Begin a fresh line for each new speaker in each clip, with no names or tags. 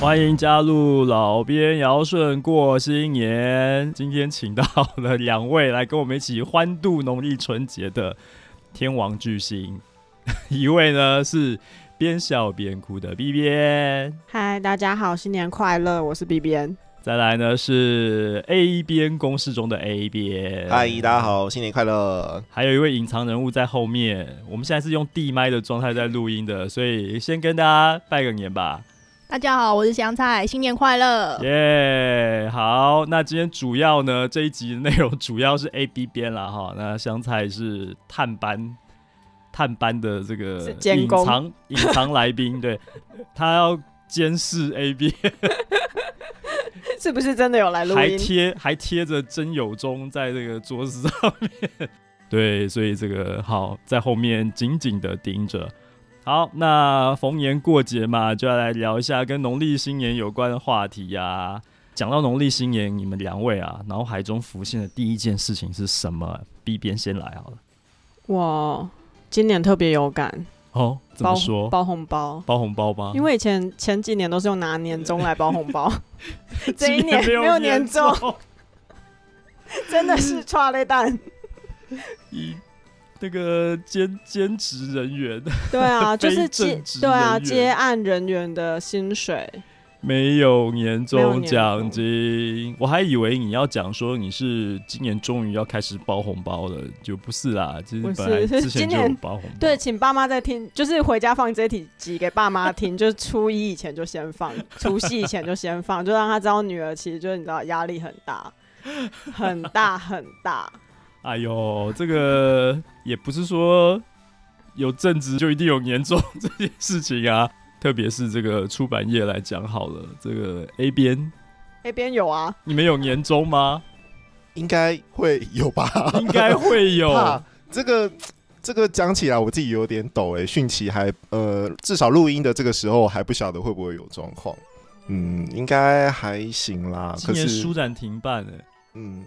欢迎加入老边尧舜过新年。今天请到了两位来跟我们一起欢度农历春节的天王巨星， 一位呢是边笑边哭的 B 边，
嗨，大家好，新年快乐！我是 B B N。
再来呢是 A 边公式中的 A 边，
嗨，大家好，新年快乐！
还有一位隐藏人物在后面。我们现在是用地麦的状态在录音的，所以先跟大家拜个年吧。
大家好，我是香菜，新年快乐！
耶好，那今天主要呢这一集的内容主要是 A B 边啦哈，那香菜是探班，探班的这个
是监
隐
工
藏隐藏来宾，对他要监视 A B，
是不是真的有来录
还
音？
贴还贴着真友中在这个桌子上面，对，所以这个好在后面紧紧的盯着。好，那逢年过节嘛，就要来聊一下跟农历新年有关的话题呀、讲到农历新年，你们两位啊，脑海中浮现的第一件事情是什么？B 边先来好了。
我今年特别有感，
哦，怎么
包
说？啊
包红包，
包红包吗？
因为以前前几年都是用拿年终来包红包，这一
今
年没有年终，
终
真的是差了蛋。
一那个兼兼职人员
对啊，就
非
是
正
接
职
对啊
人员
接案人员的薪水，
没有年
没有
终
年
奖金，我还以为你要讲说你是今年终于要开始包红包了，就不是啦，其实
不
本来
是
之前
今
就有
年
包红包。
对，，请爸妈在听，就是回家放这题集给爸妈 听，就是初一以前就先放，除夕以前就先 放，就让他知道女儿其实就是你知道压力很大，很大很大。
哎呦，这个也不是说有正职就一定有年终这件事情啊， 特别是这个出版业来讲好了，这个 A 边
那边有啊，
你们有年终吗？
应该会有吧？
应该会有。
怕这个这个讲起来，我自己有点抖哎、讯息还呃，至少录音的这个时候还不晓得会不会有状况。嗯，应该还行啦。
今
可
年
是
书，展停办、欸，
嗯，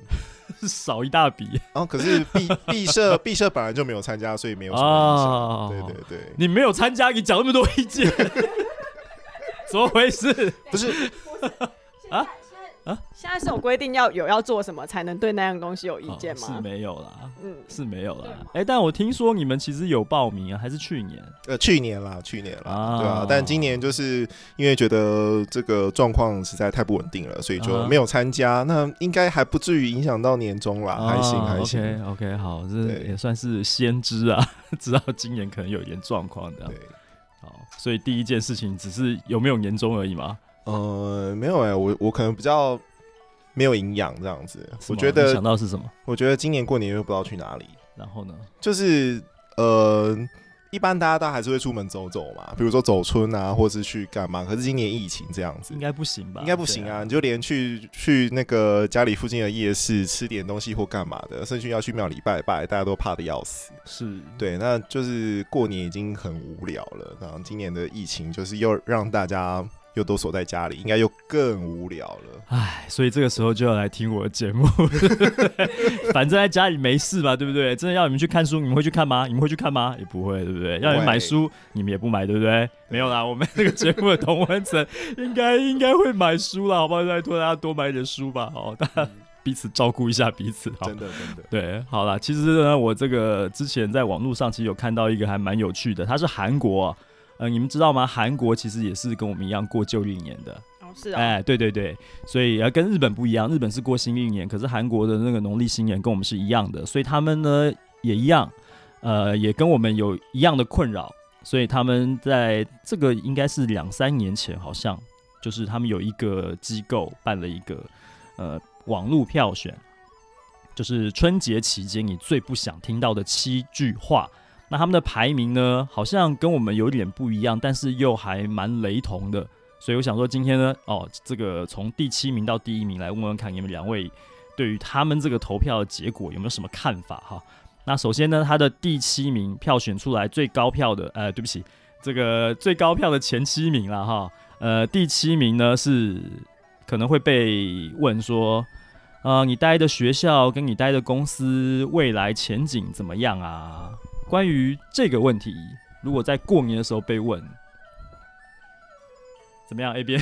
少一大笔
然、后可是毕 毕设毕设本来就没有参加，所以没有什么
啊
影响。对对对，
你没有参加，你讲那么多意 见，怎么回事？
不是
啊
现在是有规定要有要做什么才能对那样东西有意见
哦是
吗？
没有啦，
嗯，
是没有啦
对。
哎、但我听说你们其实有报名啊，还是去年？
呃去年啦，去年啦，
啊
对啊。但今年就是因为觉得这个状况实在太不稳定了，所以就
啊
没有参加。那应该还不至于影响到年终啦，啊还行还行。
哦 OK OK，好，这
对
也算是先知啊， 知道今年可能有一点状况这样。
对。
好，所以第一件事情只是有没有年终而已嘛。
呃，没有哎、我我可能比较没有营养这样子。
是
我
吗
觉
你想
得，
到是什么？
我觉得今年过年又不知道去哪里，
然后呢？
就是呃，一般大家都还是会出门走走嘛，比如说走村啊，或是去干嘛。可是今年疫情这样子
应。该不行吧？
应该不行啊！
对
你就连去去那个家里附近的夜市吃点东西或干嘛的，甚至要去庙里拜拜，大家都怕的要死。
是，
对，那就是过年已经很无聊了，然后今年的疫情就是又让大家又都锁在家里，应该又更无聊了。
唉，所以这个时候就要来听我的节目。 反正在家里没事嘛，对不对？真的要你们去看书，你们会去看吗？你们会去看吗？也不会，对不对？要你们买书，你们也不买，对不对？没有啦，我们这个节目的同温层 应该应该会买书啦，好不好？拜托大家多买一点书吧，好，大家彼此照顾一下彼此，好
真。的 真的，
对，好啦，其实呢，我这个之前在网络上其实有看到一个还蛮有趣的，它是韩国，呃，你们知道吗？韩国其实也是跟我们一样过旧历年的，
哦是啊，
哎，对对对，所以要跟日本不一样，日本是过新历年，可是韩国的那个农历新年跟我们是一样的，所以他们呢也一样，呃，也跟我们有一样的困扰，所以他们在这个应该是两三年前，好像就是他们有一个机构办了一个呃网络票选，就是春节期间你最不想听到的七句话。那他们的排名呢，好像跟我们有点不一样，但是又还蛮雷同的。所以我想说，今天呢，哦，这个从第七名到第一名来问问看，你们两位对于他们这个投票的结果有没有什么看法哈？那首先呢，他的第七名票选出来最高票的，呃，对不起，这个最高票的前七名啦哈，呃，第七名呢是可能会被问说，呃，你待的学校跟你待的公司未来前景怎么样啊？关于这个问题，如果在过年的时候被问，怎么样？A 边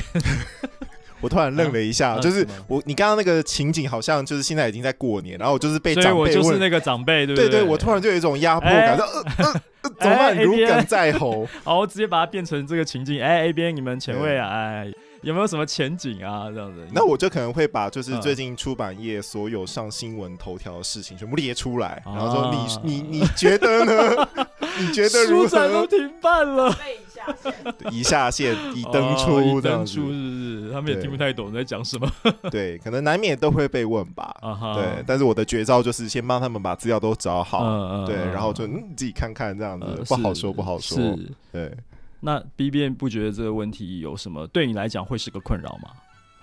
我突然愣了一下，
嗯
就是
嗯是吗
我你刚刚那个情景好像就是现在已经在过年，然后我就是被
所以
长
我
辈
就是
问，
那个长辈，对不
对
对，
我突然就有一种压迫感，
哎
说呃呃呃怎么办？
哎
如
ABN
鲠在喉。
好，我直接把它变成这个情境。哎，A 边你们前卫啊，哎，有没有什么前景啊？这样子。
那我就可能会把就是
嗯
最近出版业所有上新闻头条的事情全部列出来，
啊
然后说你你你觉得呢？ 你觉得
书
如
展都
何？
停办了，
背一下先，
一下线已登
哦已
出这样
登
子
出，是不是？他们也
对
听不太懂在讲什 么
对，可能难免都会被问吧。
啊哈。
对，但是我的绝招就是先帮他们把资料都找好，
嗯，嗯嗯
对，然后就嗯自己看看这样子
呃，
不好
是
说不好说。
是。
对，
那 B B N 不觉得这个问题有什么对你来讲会是个困扰吗？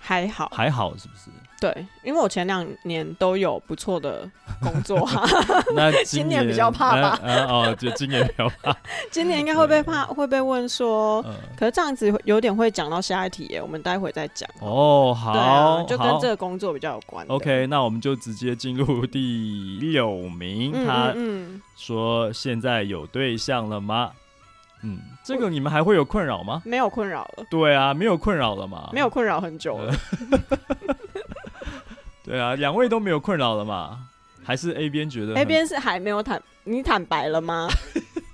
还好，
还好是不 是？
对，因为我前两年都有不错的工作、啊，
那
今
年
年比较怕吧
呃呃哦，就今年比较 怕。
今年应该会被怕会被问说，
嗯
可是这样子有点会讲到下一题耶，我们待会再讲。
哦，好，
对啊，就跟
好
这个工作比较有关的。
OK，那我们就直接进入第六名。
嗯
他
嗯嗯，
说现在有对象了吗？嗯，这个你们还会有困扰吗？
没有困扰了，
对啊，没有困扰了嘛？
没有。困扰很久 了。
对啊，两位都没有困扰了嘛？还是 A 边觉得
A
很
边是还没有坦，你坦白了吗？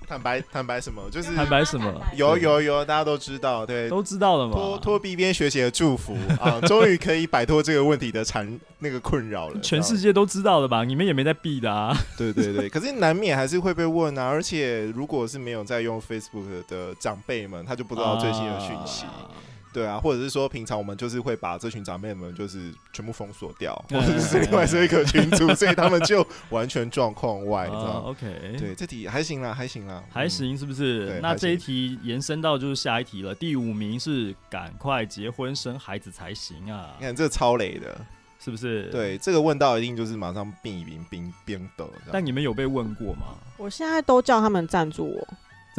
坦白坦白什么？就是
坦白什么？
有有有，大家都知道，对，
都知道了嘛？
托托 B 边学姐的祝福 啊，终于可以摆脱这个问题的缠那个困扰了。
全世
界
界都知道了吧？你们也没在避的啊。
对对 对，可是难免还是会被问啊，而且如果是没有在用 Facebook 的长辈们，他就不知道最新的讯息，
啊
对啊，或者是说平常我们就是会把这群长辈们就是全部封锁 掉，
嗯
或者是另外设一个群组，所以他们就完全状况外，这
啊
样。
，OK，
对，，这题还行啦，还行啦，
还
嗯。
行是不是？
对
那
还
这一
行
题延伸到就是下一题了。第五名是赶快结婚生孩子才行啊
嗯你，看这超雷的，
是不是？。
对，这个问到一定就是马上冰一冰冰冰的。这样
但你们有被问过吗？
我现在都叫他们赞助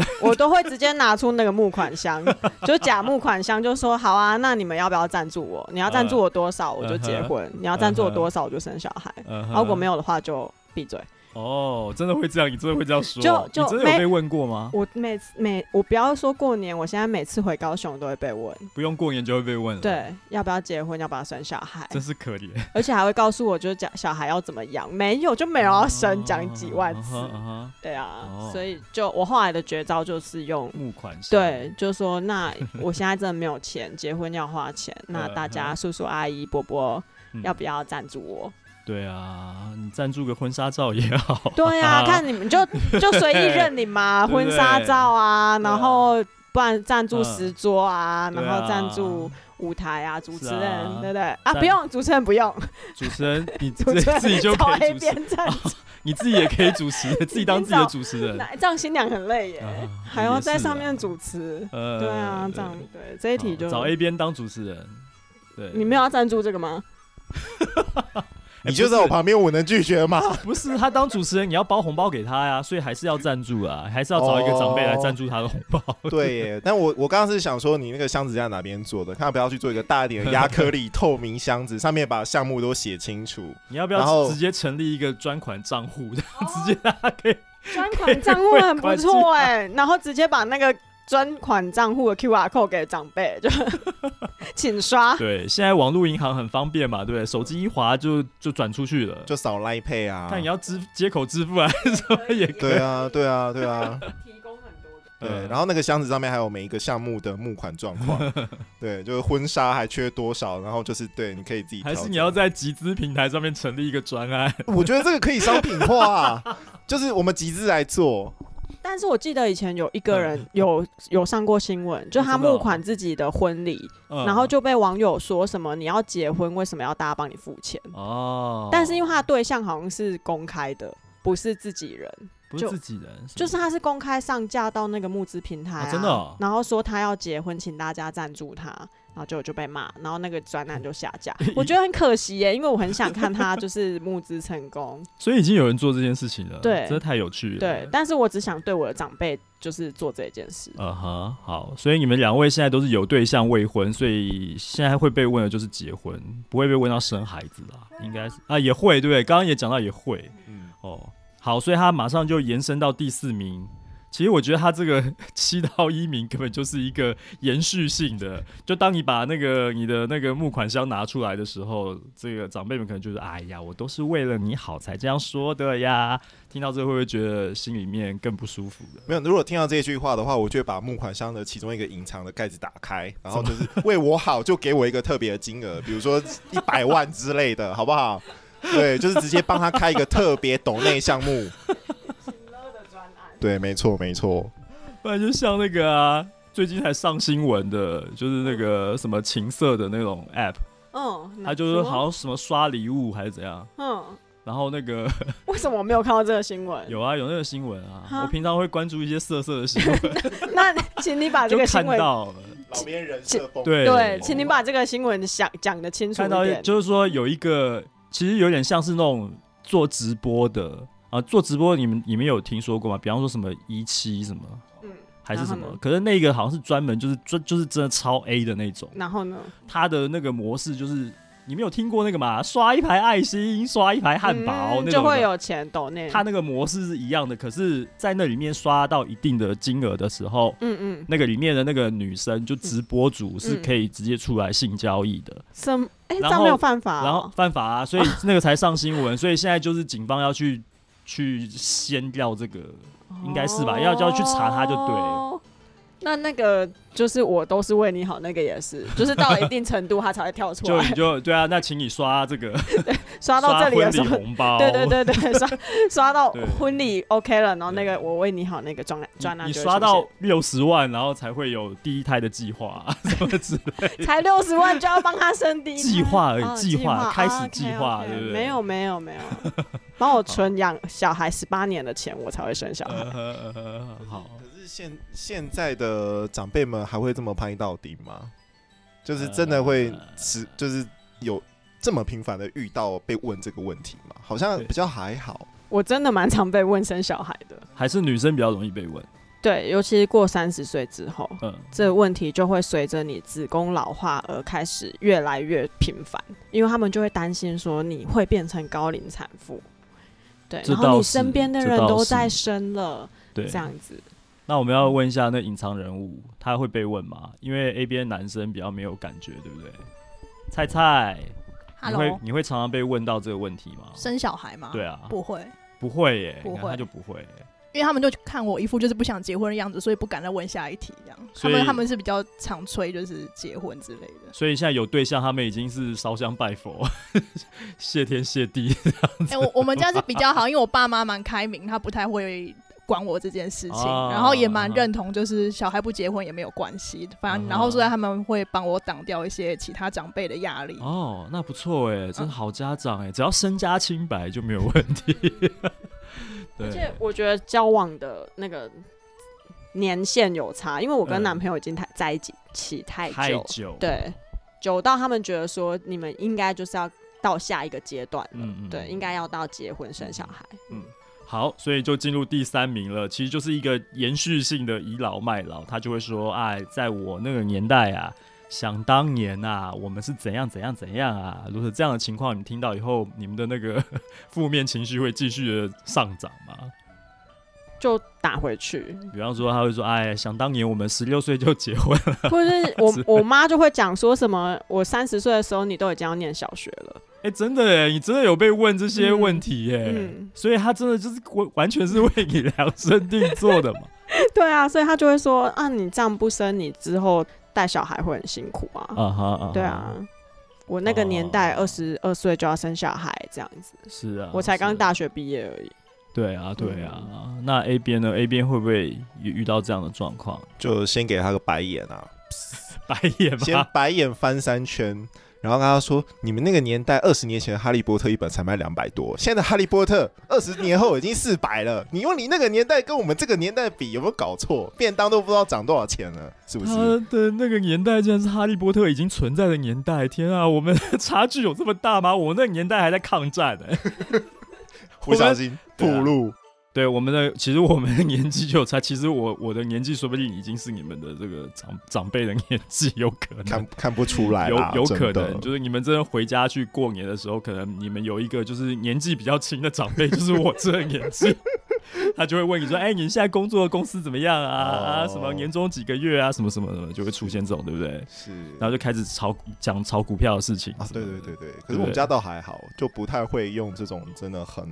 我，我都会直接拿出那个募款箱， 就假募款箱，就说好啊，那你们要不要赞助我？你要赞助我多少，我就结婚；
嗯
你要赞助我多少，我就生小孩。
呃，
啊如果没有的话，就闭嘴。
哦，真的会这样？你真的会这样说？
就就
你真的有被问过吗？
我每次每我不要说过年，我现在每次回高雄都会被问，
不用过年就会被问了。，
对，要不要结婚，要不要生小孩，
真是可怜。
而且还会告诉我，就是讲小孩要怎么养，没有就没有要生，讲几万
嗯
次，
哼嗯哼
对啊，
哦
所以就我后来的绝招就是用
募款箱
对，，就说 那我现在真的没有钱，结婚要花钱，那大家叔叔阿姨伯伯
嗯
要不要赞助我？
对啊，你赞助个婚纱照也好。
对啊，看你们就就随意认领嘛，
对不
婚
对
纱照啊，
对啊
然后不然赞助
嗯
十桌啊，
对
然后赞
啊
助舞台啊，主持人、
啊
对不对？啊，
赞
不用，主持人 不用，
主持人，你自
主持人
自己就
找
可以
A
主持，
边赞助，
你自己也可以主持，自己当自己的主持人。
那这样新娘很累耶，
啊
还要在上面。
哦也是啊
主持。
呃，哦
对啊，这样对这一题就
找 A 边当主持人。对，
你没有要赞助这个吗？
你就在我旁边，我能拒绝吗？
不是他当主持人，你要包红包给他呀，所以还是要赞助啊，还是要找一个长辈来赞助他的红包。
对耶，但我我刚刚是想说，你那个箱子在哪边做的？看要不要去做一个大一点的压克力透明箱子，上面把项目都写清楚。
你要不
然
要
后
直接成立一个专款账户，
哦
直接大家可以
专款账户很不错哎、然后直接把那个专款账户的 QR code 给长辈，就请刷。
对，现在网络银行很方便嘛，对不对？手机一滑就就转出去了。
就扫 Line Pay 啊。
但你要支接口支付啊，还是什么也可以
对啊，对啊，对啊，
提供很多的。
对
嗯。
然后那个箱子上面还有每一个项目的募款状 况，对，就是婚纱还缺多少，然后就是对，你可以自己。
还是你要？在集资平台上面成立一个专案，
我觉得这个可以商品化、啊 就是我们集资来做。
但是我记得以前有一个人有有上过新闻，就他
真的哦
募款自己的婚礼，
嗯
然后就被网友说什么你要结婚为什么要大家帮你付钱？
哦，
但是因为他的对象好像是公开的，不是自己人，
不是
就
自己人，
就是是他是公开上架到那个募资平台、啊
哦真的哦。
然后说他要结婚，请大家赞助他，然后就就被骂，然后那个专栏就下架 我觉得很可惜耶，因为我很想看他就是 募资成 功，
所以已经有人做这件事情了，
对
真的太有趣了。
对，但是我只想对我的长辈就是做这件事。
嗯哼，好，所以你们两位现在都是有对象未婚，所以现在会被问的就是结婚，不会被问到生孩子啦，应该是啊，也会对不对？刚刚也讲到也会
嗯，
哦，好，所以他马上就延伸到第四名，其实我觉得他这个七到一名根本就是一个延续性的，就当你把那个你的那个募款箱拿出来的时候，这个长辈们可能就是哎呀，我都是为了你好才这样说的呀。听到这会不会觉得心里面更不舒服了？
没有，如果听到这句话的话，我就会把募款箱的其中一个隐藏的盖子打开，然后就是为我好，就给我一个特别的金额，比如 说一百万之类的，好不好？对， 就是直接帮他开一个特别抖内项目。对，没错，没错。
不然就像那个啊，最近才上新闻的，就是那个什么情色的那种 app，
嗯，
他就是好像什么刷礼物还是怎样，
嗯，
然后那 个
为什么我没有看到这个新闻？
有啊，有那个新闻啊。
哈
我平常会关注一些色色的新闻，
那请你把这
就
个
看
新闻
到了。
老年人设崩，
对
对，请你把这个新闻想讲的清楚一
看到
点。
就是说有一个，其实有点像是那种做直播的啊，做直播你们你们有听说过吗？比方说什么一期什么
嗯，
还是什么
然后，呢
可是那个好像是专门就是专就是真的超 A 的那种，
然后呢？
它的那个模式就是你们有听过那个嘛？刷一排爱心，刷一排汉堡、
嗯
那种的
就会有钱抖那。
它那个模式是一样的，可是在那里面刷到一定的金额的时候，
嗯嗯，
那个里面的那个女生就直播主是可以直接出来性交易的，
什么？哎，这
然后
样没有犯法哦。
然后犯法啊，所以那个才上新闻，所以现在就是警方要去去掀掉这个，应该是吧要要去查他就对了
对。哦那那个就是我都是为你好，那个 也是，就是到了一定程度，他才会跳出
就
来
你。就对啊，那请你刷这个
刷到这里
婚
的时
礼
候，
红包，
对对对 对，刷刷到
对
婚礼 OK 了，然后那
对
个我为你好那个专专
你
栏
你
啊就会
刷
出
到六十万，然后才会有第一胎的计划啊什么之类
现 才六十万就要帮他生第一胎
计划而已
哦
计划开始计划
哦，OK，OK，
对不对
没有没有 没有，帮我存养小孩十八年的钱，我才会生小孩。
呃呃呃 好，
可是现现在的长辈们还会这么拍到底吗？就是真的会
呃
是，就是有这么频繁的遇到被问这个问题吗？好像
对
比较还好。
我真的蛮常被问生小孩的，
还是女生比较容易被问，
对，尤其是过三十岁之后，
嗯，
这个问题就会随着你子宫老化而开始越来越频繁，因为他们就会担心说你会变成高龄产妇，对，
这
然后
倒
你
是
身边的
这
人
倒
都
是
在生了，
对，
这样子。
那我们要问一下那隐藏人物，他会被问吗？因为 A 边男生比较没有感觉，对不对？菜菜，你会
Hello，
你会常常被问到这个问题吗？
生小孩吗？
对，啊，
不会，
不会耶，
不
你看他
会
就不会耶。
因为他们就看我一副就是不想结婚的样子，所以不敢再问下一题这样。他
所以。
们他们是比较常催就是结婚之类 的
所以现在有对象，他们已经是烧香拜佛， 谢天谢地。
哎、我我们家是比较好，因为我爸妈蛮开明，他不太会管我这件事 情，
哦
然后也蛮认同，就是小孩不结婚也没有关系，反
嗯
正、然后所以他们会帮我挡掉一些其他长辈的压力。
哦，那不错哎，真好家长哎，只要身家清白就没有问题。对，
而且我觉得交往的那个年限有差，因为我跟
嗯
男朋友已经太在一起起太
太
久，
久，
对，久到他们觉得说你们应该就是要到下一个阶段了，
嗯嗯嗯
对，应该要到结婚生小孩。
好，所以就进入第三名了。其实就是一个延续性的倚老卖老，他就会说：“哎，在我那个年代啊，想当年啊，我们是怎样怎样怎样啊。”如果这样的情况你们听到以后，你们的那个 负面情绪会继续的上涨吗？
就打回去，
比方说，他会说：“哎，想当年我们十六岁就结婚了。
或者是
是
我我妈就会讲说什么，我三十岁的时候你都已经要念小学了，”
哎，真的哎，你真的有被问这些问题耶？
嗯 嗯
所以他真的就是完完全是为你量身定做 的嘛？
对啊，所以她就会说啊，你这样不生，你之后带小孩会很辛苦啊，
啊哈啊哈，
对啊，我那个年代
哦
二十二岁就要生小孩这样子，
是啊，
我才
是
刚
啊
大学毕业而已。
对啊，对啊。那 A 边呢？A 边会不会也遇到这样的状况？
就先给他个白眼啊，
白眼
先
吧，
白眼翻三圈，然后跟他说：“你们那个年代，二十年前《哈利波特》一本才卖两百多，现在《哈利波特》二十年后已经四百了。你用你那个年代跟我们这个年代比，有没有搞错？便当都不知道涨多少钱了，是不是？”
他的啊那个年代竟然是哈利波特已经存在的年代。天啊，我们 差距有这么大吗？我那个年代还在抗战 呢、
不小心
对啊
暴露，
对，我们的其实我们的年纪就有差，其实我我的年纪说不定已经是你们的这个长长辈的年纪，有可能。
看看不出来
有
啦，
有
真
可
的
能，就是你们真的回家 去过年的时候，可能你们有一个就是年纪比较轻的长辈，就是我这个年纪，他就会问你说：“哎，你现在工作的公司怎么样啊？啊，
哦
什么年终几个月啊，什么什么什么，就会出现这种，对不对？”
是
然后就开始炒讲炒股票的事情
啊，
什么
对
的
对对对，可是我们家倒还好，就不太会用这种真的很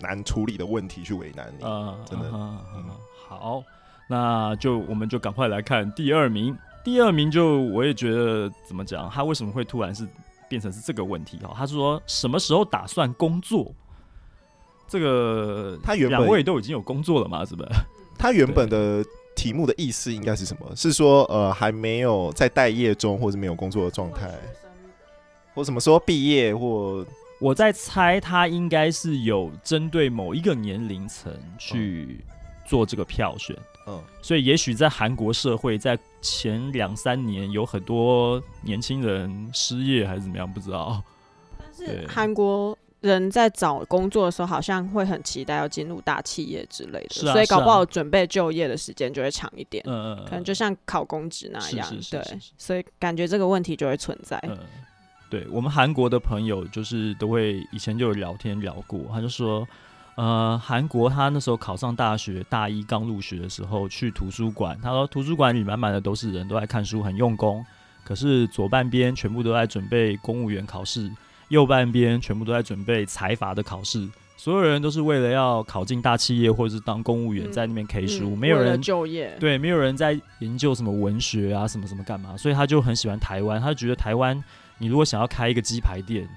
难处理的问题去为难你。
啊，
真的
啊啊啊
嗯
好，那就我们就赶快来看第二名。第二名就我也觉得怎么讲，他为什么会突然是变成是这个问题哈？他说什么时候打算工作？这个
他原
两
本
位都已经有工作了嘛，是不 是？
他原本的题目的意思应该是什么？是说呃还没有在待业中，或者没有工作的状态，或什么时候毕业，或
我在猜他应该是有针对某一个年龄层去做这个票选，
嗯
所以也许在韩国社会，在前两三年有很多年轻人失业还是怎么样，不知道。
但
对
是韩国人在找工作的时候，好像会很期待要进入大企业之类
是
的，
啊
所以搞
是啊
不好准备就业的时间就会长一点，
嗯嗯，
可能就像考公职那
是
样。
是是是
对
是，
所以感觉这个问题就会存在。
嗯，对我们韩国的朋友就是都会以前就有聊天聊过，他就说，呃，韩国他那时候考上大学，大一刚入学的时候去图书馆，他说图书馆里满满的都是人，都在看书，很用功，可是左半边全部都在准备公务员考试，右半边全部都在准备财阀的考试。所有人都是为了要考进大企业或者是当公务员，
嗯
在那边 K 书，
嗯
没有
为了
人
就业，
对，没有人在研究什么文学啊，什么什么干嘛，所以他就很喜欢台湾，他就觉得台湾，你如果想要开一个鸡排店，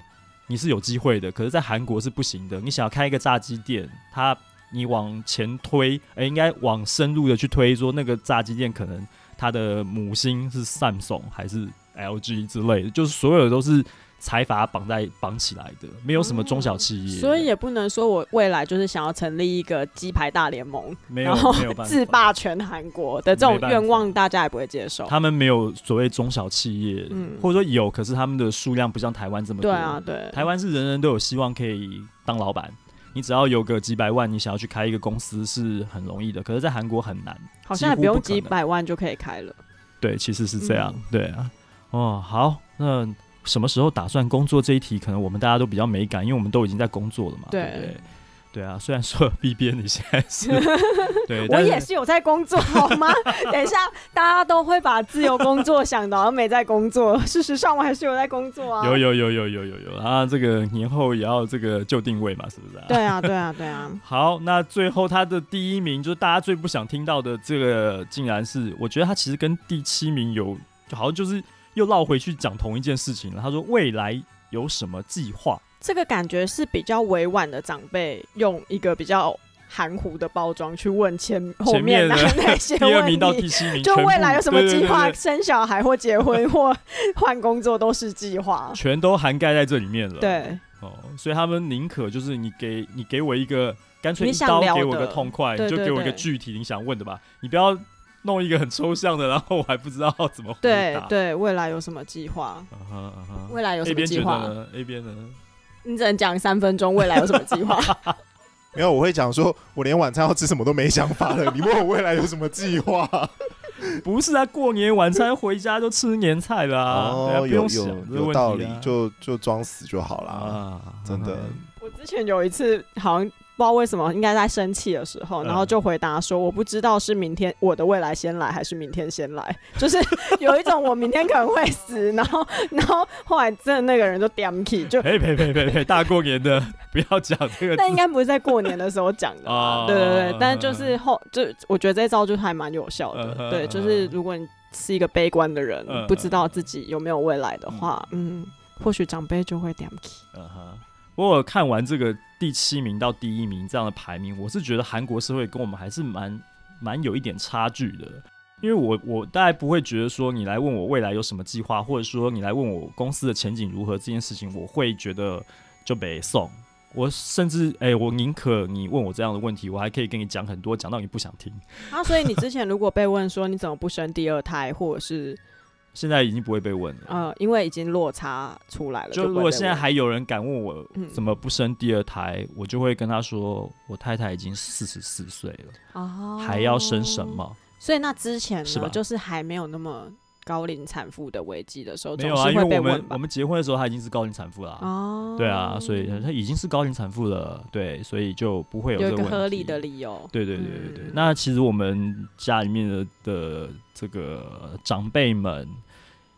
你是有机会的，可是，在韩国是不行的。你想要开一个炸鸡店，他你往前推，哎、应该往深入的去推，说那个炸鸡店可能它的母星是 Samsung 还是 LG 之类的，就是所有的都是财阀绑在绑起来的，没有什么中小企业的，
嗯所以也不能说我未来就是想要成立一个鸡排大联盟，
没有
然后
没有办法
自霸全韩国的这种
没办法
愿望，大家也不会接受。
他们没有所谓中小企业，
嗯
或者说有，可是他们的数量不像台湾这么多。
对啊，，对，
台湾是人人都有希望可以当老板，你只要有个几百万，你想要去开一个公司是很容易的，可是，在韩国很难。
好像
几
也
乎
不用
不可能
几百万就可以开了。
对，其实是这样。
嗯
对啊，哦，好，那什么时候打算工作这一题，可能我们大家都比较没感，因为我们都已经在工作了嘛，对
对
不对？对啊，虽然说 B B 你现在 是，对，
我
但
也是有在工作，好吗？等一下，大家都会把自由工作想的好像没在工作，事实上我还是有在工作啊。
有有有有有有有啊，这个年后也要这个就定位嘛，是不是啊？
对啊，对啊，对啊，
好，那最后他的第一名就是大家最不想听到的这个，竟然是我觉得他其实跟第七名有，就好像就是又绕回去讲同一件事情了。他说未来有什么计 划？
这个感觉是比较委婉的长辈用一个比较含糊的包装去问前后
前面
面
的
的那 些
第二
问
名到
题。
第七名，
就
全部
未来有什么计划，
对对对对
生小孩或结 婚或换工作都是计划。
全都涵盖在这里面了。
对，
哦，所以他们宁可就是你给你给我一个，干脆一
你想
刀
聊
给我
的
个痛快，
对
你就
对
给我一个
对
具体你想问的吧，你不要弄一个很抽象的，然后我还不知道怎么回
对
答。，
对，未来有什么计划？
嗯哼嗯哼。
未来有
A
什么
边
计
觉
划
得？呢？A 边呢？
你只能讲三分钟，未来有什么 计划？
没有，我会讲说，我连晚餐要吃什么都没想法了。你 问我未来有什么计划？
不是啊，过年晚餐回家就吃年菜啦、对啊，不
哦有
用想
有
这个
有
问
道
题
理
啊，
就就装死就好啦。
啊，
真的，
我之前有一次，好像不知道为什么，应该在生气的时候，
嗯
然后就回答说：“我不知道是明天我的未来先来，还是明天先来。”就是有一种我明天可能会死，然后然后后来真的那个人就 damn key，就
呸呸呸呸呸，大过年的 不要讲这 个字
但应该不是在过年的时候讲的
哦
吧？对对对，但就是后就我觉得这招就还蛮有效
嗯哼
的。对，
嗯哼
就是如果你是一个悲观的人
嗯，
不知道自己有没有未来的话，
呃
嗯，或许长辈就会 damn key。
嗯哼，不过我看完这个第七名到第一名这样的排名，我是觉得韩国社会跟我们还是蛮蛮有一点差距的。因为我我大概不会觉得说你来问我未来有什么计划，或者说你来问我公司的前景如何这件事情，我会觉得就被送。我甚至哎、我宁可你问我这样的问题，我还可以跟你讲很多，讲到你不想听。
啊，所以你之前如果被问说你怎么不生第二胎，或者是
现在已经不会被问了。
呃，因为已经落差出来了。
就
不
如
会
果
被
现在
问
还有人敢问我
嗯
怎么不生第二胎，我就会跟他说，我太太已经四十四岁了，
哦
还要生什？么？
所以那之前呢，
是吧
就是还没有那么高龄产妇的危机的时候，
没有
哦总
啊，
是
因为
会被
我
问
们
吧
我？们结婚的时候她已经是高龄产妇啦、
哦
对啊，所以她已经是高龄产妇了，对，所以就不会有
有
这个
一个
问题
合理的理由。
对对对对对，
嗯
那其实我们家里面的的这个长辈们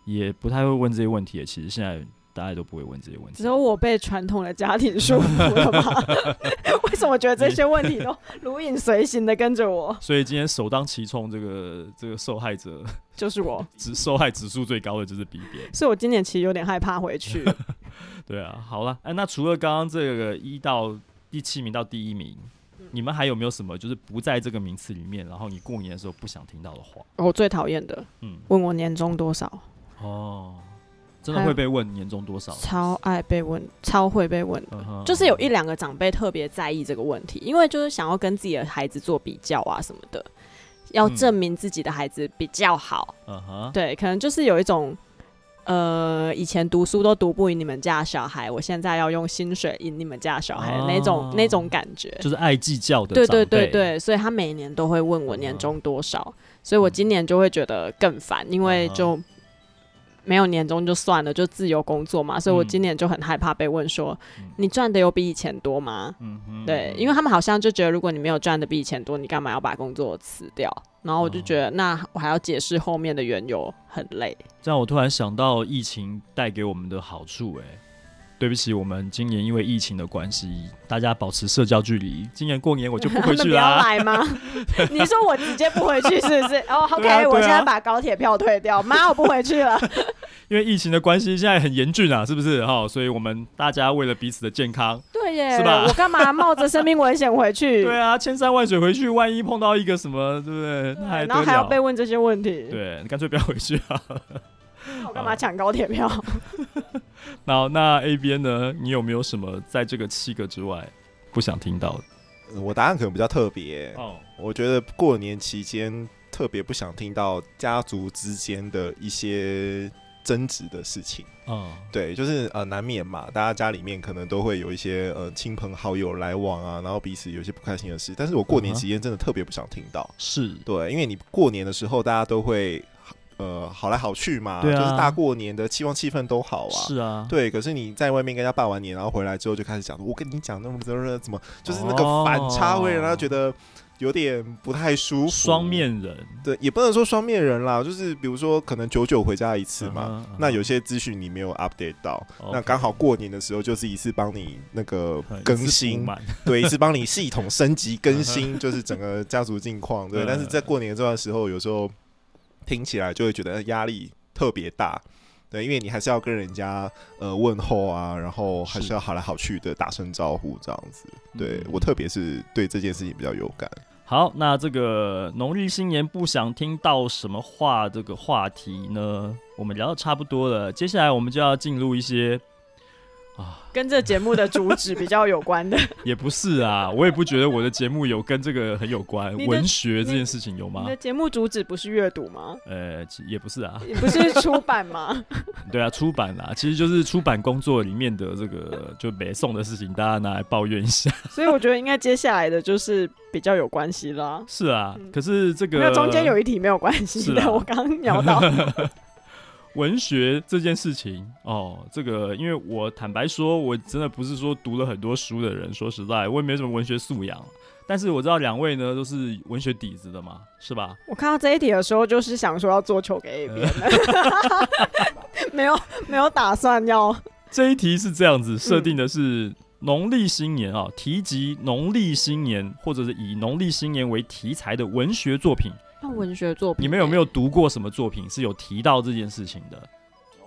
也不太会问这些问题，其实现在大家都不会问这些问题
只。有我被传统的家庭束缚了 吗？为什么觉得这些问题都如影随形的跟着我？
所以今天首当其冲，这个这个受害者
就是我，
指受害指数最高的就是 B 边，
所以我今年其实有点害怕回 去。
对啊，好了，哎，那除了刚刚这个一到第七名到第一名，
嗯
你们还有没有什么就是不在这个名次里面，然后你过年的时候不想听到的话？
我最讨厌的，
嗯，
问我年终多少，
哦，真的
还有
会被问年终多少？
超爱被问，超会被问的。
嗯哼
哦就是有一两个长辈特别在意这个问题，因为就是想要跟自己的孩子做比较啊什么的，要
嗯
证明自己的孩子比较好。
嗯哼，
对，可能就是有一种，呃，以前读书都读不赢你们家的小孩，我现在要用薪水赢你们家的小孩的那种、
哦
那种感觉。
就是爱计较的
对
长
对
辈，
对对，所以他每年都会问我年终多少，所以
嗯
我今年就会觉得更烦，因为就没有年终就算了，就自由工作嘛，所以我
嗯
今年就很害怕被问说，
嗯
你赚的有比以前多吗？
嗯哼，
对，因为他们好像就觉得，如果你没有赚的比以前多，你干嘛要把工作辞掉？然后我就
嗯
觉得，那我还要解释后面的缘由，很累。
这样我突然想到疫情带给我们的好处、哎，对不起，我们今年因为疫情的关系，大家保持社交距离，今年过年我就不
他
回
们
去
不要
啦。
来吗？ 你说我直接不回去是不是？哦、o
对
k
啊对啊
我现在把高铁票退掉，妈，我不回 去了。
因为疫情的关系，现在很严峻啊，是不是？哈、所以我们大家为了彼此的健康，
对耶
是吧，
我干嘛冒着生命危险回 去？
对啊，千山万水回去，万一碰到一个什么，对不哎对？那还
然后
得
还要
了
被问这些问题，
对，你干脆不要回去啊。
那我干嘛抢高铁票？
然后那 A 边呢？你有没有什么在这个七个之外不想听到的？
呃我答案可能比较特别、
哦，
我觉得过年期间特别不想听到家族之间的一些争执的事情。
嗯，
对，就是呃难免嘛，大家家里面可能都会有一些呃亲朋好友来往啊，然后彼此有一些不开心的事。但是我过年
嗯哼
期间真的特别不想听到，
是，
对，因为你过年的时候大家都会呃好来好去嘛，
对啊
就是大过年的，希望气氛都好啊。
是啊，
对，可是你在外面跟人家拜完年，然后回来之后就开始讲，我跟你讲那么怎么怎么，就是那个反差会让他觉得有点不太舒服。
哦双面人
对，也不能说双面人啦，就是比如说可能久久回家一次嘛，
嗯哼
那有些资讯你没有 update 到，
嗯哼
那刚好过年的时候就是一次帮你那个
OK，
更
一次补
新，
满
对，一次帮你系统 升级更新，就是整个家族近况，对。
嗯
但是在过年这段时候，有时候听起来就会觉得压力特别大，对，因为你还是要跟人家呃问候啊，然后还是要好来好去的打声招呼这样子。对
嗯
我特别是对这件事情比较有感，
好，那这个农历新年不想听到什么话这个话题呢？我们聊的差不多了，接下来我们就要进入一些啊，
跟这节目的主旨比较有关的，
也不 是啊，我也不觉得我的节目有跟这个很有关，
你的
文学这件事情有吗
你的？节目主旨不是阅读 吗？
呃，其也不是啊，
你不是出版吗？
对啊，出版啦，其实就是出版工作里面的这个就北宋的事情，大家拿来抱怨一下。
所以我觉得应该接下来的就是比较有关系啦。
是啊，
嗯
可是这
没有
个
中间有一题没有关系
是啊
但我刚刚聊到，
文学这件事情哦，这个因为我坦白说，我真的不是说读了很多书的人，说实在，我也没什么文学素养。但是我知道两位呢都是文学底子的嘛，是吧？
我看到这一题的时候，就是想说要做球给 A 边的，没有没有打算要
这一题是这样子设定的是农历新年啊、提及农历新年或者是以农历新年为题材的文学作品，
那文学作品
你们有没有读过什么作品是有提到这件事情的？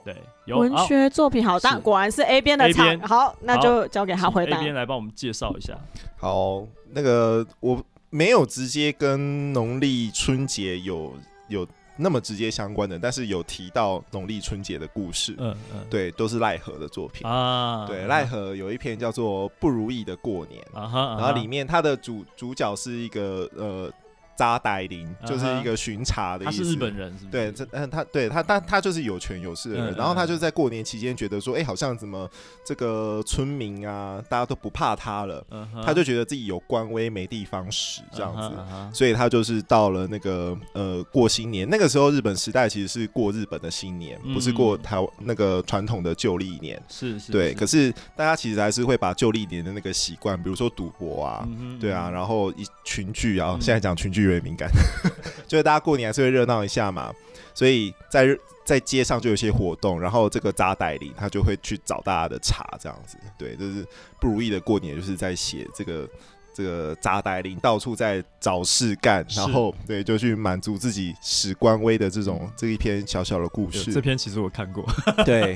对，有
文
好
学作品？好，
是
但果然是 A 边的
A
场
边，
好，那就交给他
请
回答
A。边来帮我们介绍一下。
好，那个我没有直接跟农历春节有有那么直接相关的，但是有提到农历春节的故事，
嗯嗯，
对，都是奈何的作品。
啊，
对，奈何有一篇叫做《不如意的过年》，
啊哈，啊哈
然后里面它的主主角是一个呃扎呆林，就是
嗯哼
一个巡查的意
他
思。
是日本人，是不是？
对，这嗯，他对他他他就是有权有势的
嗯
人，然后他
嗯
就在过年期间觉得说，哎、好像怎么这个村民啊，大家都不怕他了，
嗯哼，嗯
他就觉得自己有官威没地方使这样子，
子。
所以他就是到了那个呃过新年，那个时候日本时代其实是过日本的新年，
嗯
不是过台湾那个传统的旧历年。
是是，
对，可是大家其实还是会把旧历年的那个习惯，比如说赌博啊，
嗯哼
对啊，，然后一群聚啊，
嗯
现在讲群聚有点敏感， 就是大家过年还是会热闹一下嘛，所以在日在街上就有一些活动，然后这个扎代理他就会去找大家的茬，这样子，对，就是不如意的过年就是在写这个。这个扎代林到处在找事干，
是
然后对，就去满足自己史官威的这种这一篇小小的故
对
事。
嗯 这篇其实我看 过，
对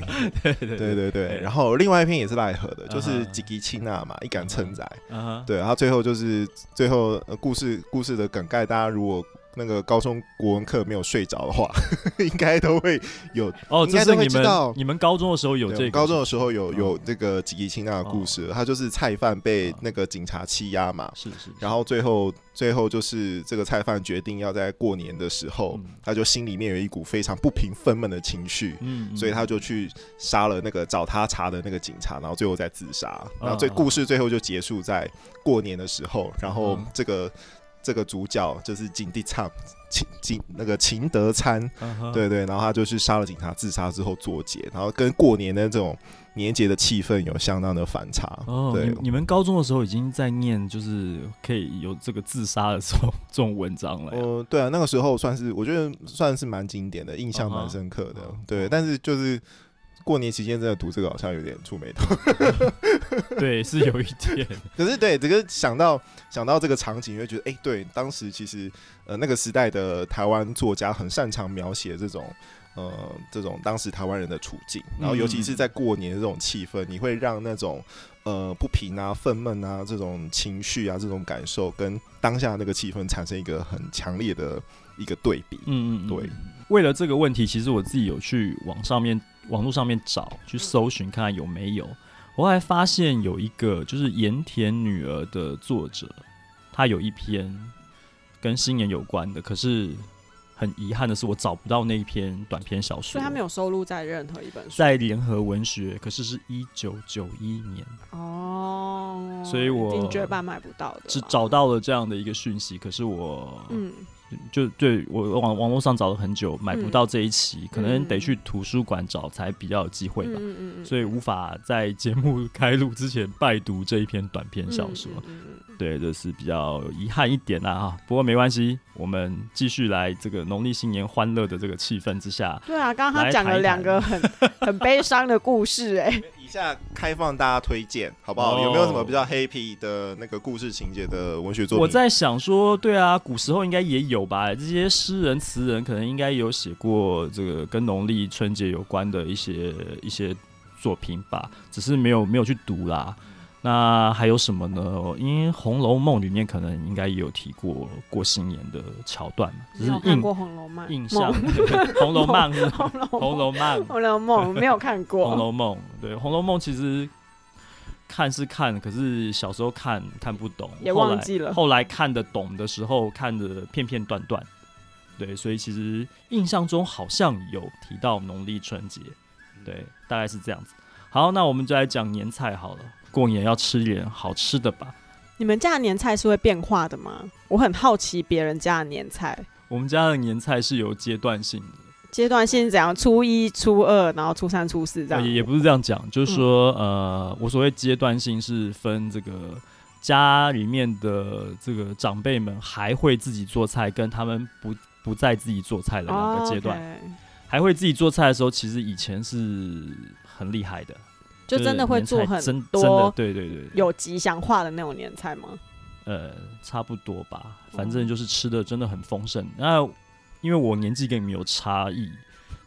对对
对对对
对，
然后另外一篇也是奈何的，就是
啊哈
吉吉青娜嘛，一
嗯
杆称仔，
啊哈，
对，然后最后就是最后、呃、故事故事的梗概，大家如果那个高中国文课没有睡着的话， 应该都会有。
哦，
应
这
该
是
都会
你
知道
们你们高中的时候有
对
这个，
我高中的时候有
哦
有这个吉吉清娜的故事，他就是菜贩被
哦
那个警察欺压嘛，
是是，
然后最后最后就是这个菜贩决定要在过年的时候，
嗯
他就心里面有一股非常不平愤懑的情绪，
嗯，
所以他
嗯
就去杀了那个找他查的那个警察，然后最后再自杀。然后最
嗯
故事最后就结束在过年的时候，然后
嗯
这个这个主角就是景地灿，秦景那个秦德参，
嗯哼
对对，然后他就去杀了警察，自杀之后作结，然后跟过年的这种年节的气氛有相当的反差。
哦，
对
你你们高中的时候已经在念，就是可以有这个自杀的这种这种文章了呀。
嗯，对啊，那个时候算是我觉得算是蛮经典的，印
嗯
象蛮
哼
深刻的。
嗯
对，但是就是过年期间真的读这个好像有点触眉头。
对，是有一 点，
可是对，这个想到想到这个场景，你会觉得，哎、对，当时其实呃那个时代的台湾作家很擅长描写这种呃这种当时台湾人的处境，
嗯
然后尤其是在过年的这种气氛，你会让那种呃不平啊、愤懑啊这种情绪啊这种感受跟当下那个气氛产生一个很强烈的一个对比。
嗯嗯，嗯
对。
为了这个问题，其实我自己有去网上面、网络上面找，
嗯
去搜寻看看有没有。我还发现有一个就是盐田女儿的作者，她有一篇跟新年有关的，可是很遗憾的是，我找不到那一篇短篇小说。
所以他没有收录在任何一本书
在联合文学，可是是一九九一年。
哦，
所以我
一定绝版买不到的，
只找，到了这样的一个讯息，可是我、
嗯，
就对我网网络上找了很久，买不
嗯
到这一期，可能得
嗯
去图书馆找才比较有机会吧。
嗯嗯嗯，
所以无法在节目开录之前拜读这一篇短篇
嗯
小说，
嗯嗯嗯
对，这是比较遗憾一点啦哈。不过没关系，我们继续来这个农历新年欢乐的这个气氛之下，
对啊，刚刚
来
他讲
谈
了
一
两个很很悲伤的故事，哎，
以下开放大家推荐，好不好？
哦
有没有什么比较 happy 的那个故事情节的文学作品？
我在想说，对啊，古时候应该也有吧，这些诗人、词人可能应该有写过这个跟农历春节有关的一些一些作品吧，只是没有没有去读啦。那还有什么呢？因为《红楼梦》里面可能应该也有提过过新年的桥段嘛，只
没
是
有看
印
过《红楼梦》
印
梦
象，《红楼梦》是吧
红
《
楼
红 楼梦》
红楼梦没有看
《
过，
红楼梦》对，《红楼梦》其实看是看，可是小时候看看不懂，
也
后来
忘记了
后来看得懂的时候，看的片片段段。对，所以其实印象中好像有提到农历春节，对，大概是这样子。好，那我们就来讲年菜好了。过年要吃点好吃的吧。
你们家的年菜是会变化的吗？我很好奇别人家的年菜
我们家的年菜是有阶段性的，
阶段性是怎样，初一、初二，然后初三、初四这
呃
样。嗯
也也不是这样讲，就是说，呃，我所谓阶段性是分这个家里面的这个长辈们还会自己做菜，跟他们不不再自己做菜的两个阶段。
哦，OK
还会自己做菜的时候，其实以前是很厉害的，
就真的会
是
做
年菜
很
真真的
多
对对对，
有吉祥话的那种年菜吗？
呃，差不多吧，
哦
反正就是吃的真的很丰盛。那因为我年纪跟你们有差异，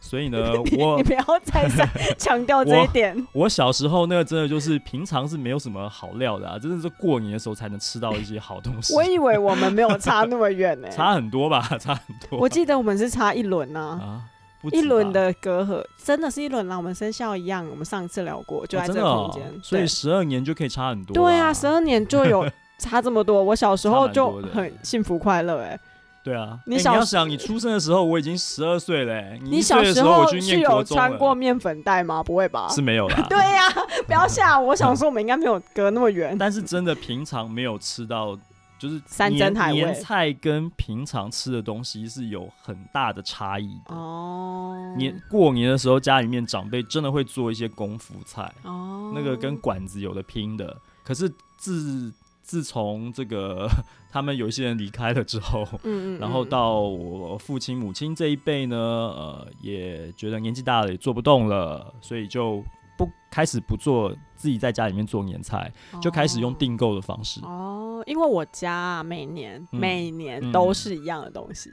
所以呢， 我
你不要 再三强调这一点。
我小时候那个真的就是平常是没有什么好料的啊，真的是过年的时候才能吃到一些好东西
我，以为我们没有差那么远呢、
差很多吧， 差很多吧。
我记得我们是差一轮啊，
啊，不止吧
一轮的隔阂，真的是一轮啦。我们生肖一样，我们上次聊过，就
哦
在这
真
个
的哦
空间。
所以
对
十二年就可以差很多。啊
啊 对啊，十二年就有差这么多。我小时候
差蛮
就
多的
很幸福快乐哎、
对啊，
你
哎
小
要
时
想，你出生的时候我已经十二岁了、哎你
你
一岁
小
的
时
候我
候
去
是
念
有
国中
穿过
了，
面粉袋吗？不会吧？
是没有啦。
对呀、不要吓我！我想说我们应该没有隔那么远。
但是真的平常没有吃到，就是
山珍
年
海味
年菜跟平常吃的东西是有很大的差异的。
哦，
年过年的时候，家里面长辈真的会做一些功夫菜，
哦，
那个跟馆子有的拼的。可是自自从这个 他们有一些人离开了之后，
嗯嗯，
然后
嗯
到我父亲、母亲这一辈呢，呃，也觉得年纪大了也做不动了，所以就不开始不做自己在家里面做年菜，就开始用
哦
订购的方式，
哦，因为我家啊每年、
嗯
每年
嗯
都是一样的东西，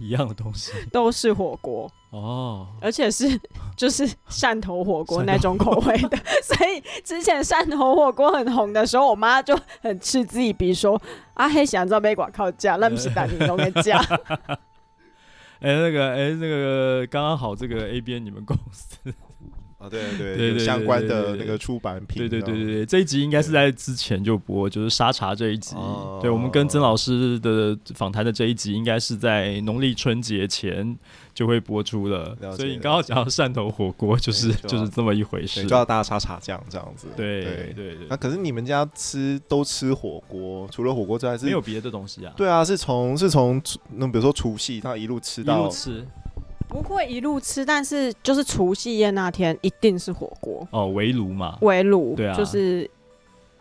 一一样的东 西。
都是火锅，
哦，
而 且是就是汕头火锅
汕头
那种口味的。 所以之前汕头火锅很红的时候，我妈就很嗤之以鼻说：“啊，黑想照被广告价，那不是打你东的 价。
哎、那个，哎、那个，刚刚好，这个 A 边你们公司，
啊，对对
对
有
对
相关
对
的
对对
那个出版品，
对对对对
对，
对，这一集应该是在之前就播，就是沙茶这一集。
哦
对，我们跟曾老师的访谈的这一集，应该是在农历春节前就会播出了。
了解
所以你刚刚讲到汕头火锅，就是
没错啊
就是这么一回
对
事。
就要大沙茶酱这样子，
对
对
对对
那、可是你们家吃都吃火锅，除了火锅之外是
没有别的东西啊。，
对啊，是从是从那比如说除夕，他一路吃
一路
到
吃
不会一路吃，但是就是除夕夜那天一定是火锅。
哦，围炉嘛，
围炉，
对啊
就是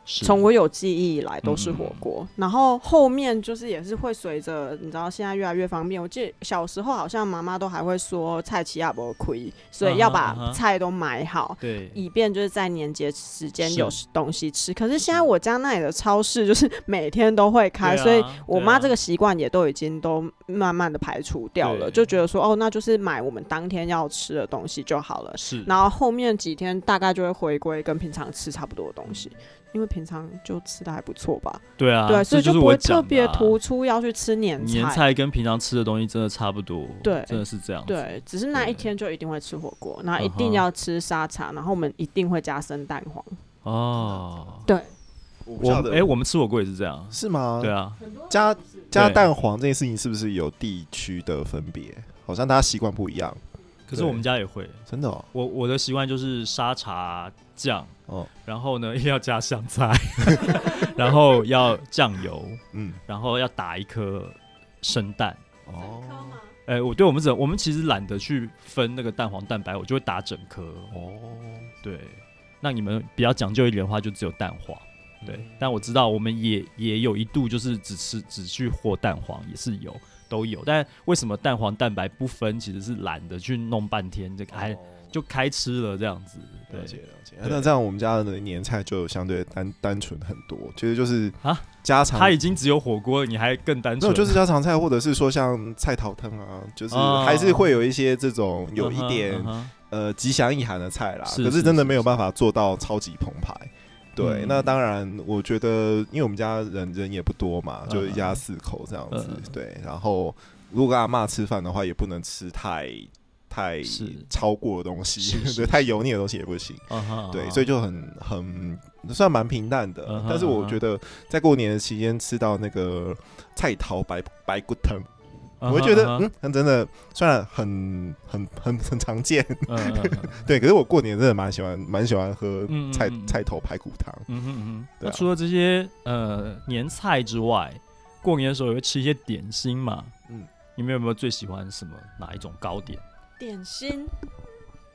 是嗯
从我有记忆以来都是火锅，然后后面就是也是会随着你知道现在越来越方便。我记得小时候好像妈妈都还会说菜齐亚不亏，所以要
嗯哼嗯
把
哼
菜都买好，
对
以便就是在年节时间
是嗯
有东西吃。可是现在我家那里的超市就是 每天都会开，
对啊
所以我妈这
对啊
个习惯也都已经都慢慢的排除掉了，
对
就觉得说哦，那就是买我们当天要吃的东西就好了。
是
然后后面几天大概就会回归跟平常吃差不多的东西，因为平常就吃的还不错吧，
对啊，
对，所以
这就是
不
我
会
讲的
特
啊
别突出要去吃年
年菜跟平常吃的东西真的差不多，
对
真的是这样子。
对，只是那
对
一天就一定会吃火锅，然后一
嗯哼
定要吃沙茶，然后我们一定会加生蛋黄。
哦，
我不
我
晓得
哎、我们吃火锅也是这样，
是吗？
对啊，
加加
对
蛋黄这件事情是不是有地区的分别？好像大家习惯不一样，
可是我们家也会，
真的哦。
我我的习惯就是沙茶酱，
哦
然后呢一 定要加香菜，然后要酱油，
嗯，
然后要打一颗生蛋。
哦
哎、我对我们整我们其实懒得去分那个蛋黄蛋白，我就会打整颗。
哦，
对，那你们比较讲究一点的话，就只有蛋黄。对，
嗯
但我知道我们也也有一度就是只吃只去和蛋黄，也是有都有。但为什么蛋黄蛋白不分，其实是懒得去弄半天，就开、就开吃了这样子。对
哦了解了解。
对
那这样我们家的年菜就相对单单纯很多，其实就是
啊
家常
它已经只有火锅了，你还更单
没有
纯，
就是家常菜，或者是说像菜桃汤啊，就是
哦
还是会有一些这种有
嗯
一
哼
点、
嗯哼
呃吉祥意涵的菜啦，
是
可
是
是真的
是
没有办法做到超级澎湃。对，
嗯
那当然，我觉得因为我们家人人也不多嘛，
嗯
就一家四口这样子。
嗯
对，然后如果跟阿嬷吃饭的话，也不能吃太太
是
超过的东西
是，是
对，太油腻的东西也不行。
嗯哼
对，所以就很很算蛮平淡的。
嗯哼
但是
嗯
我
哼
觉得在过年的期间吃到那个菜桃白白骨汤，
嗯哼
我会觉得
嗯
嗯，它真的虽然很很很很常见，
哼嗯哼
对，可是我过年真的蛮喜欢，蛮喜欢喝
嗯嗯
菜、
嗯嗯
菜头排骨汤。
嗯哼嗯哼。
对
那
啊
除了这些呃年菜之外，过年的时候也会吃一些点心嘛。嗯
嗯，
你们有没有最喜欢什么哪一种糕点？
点心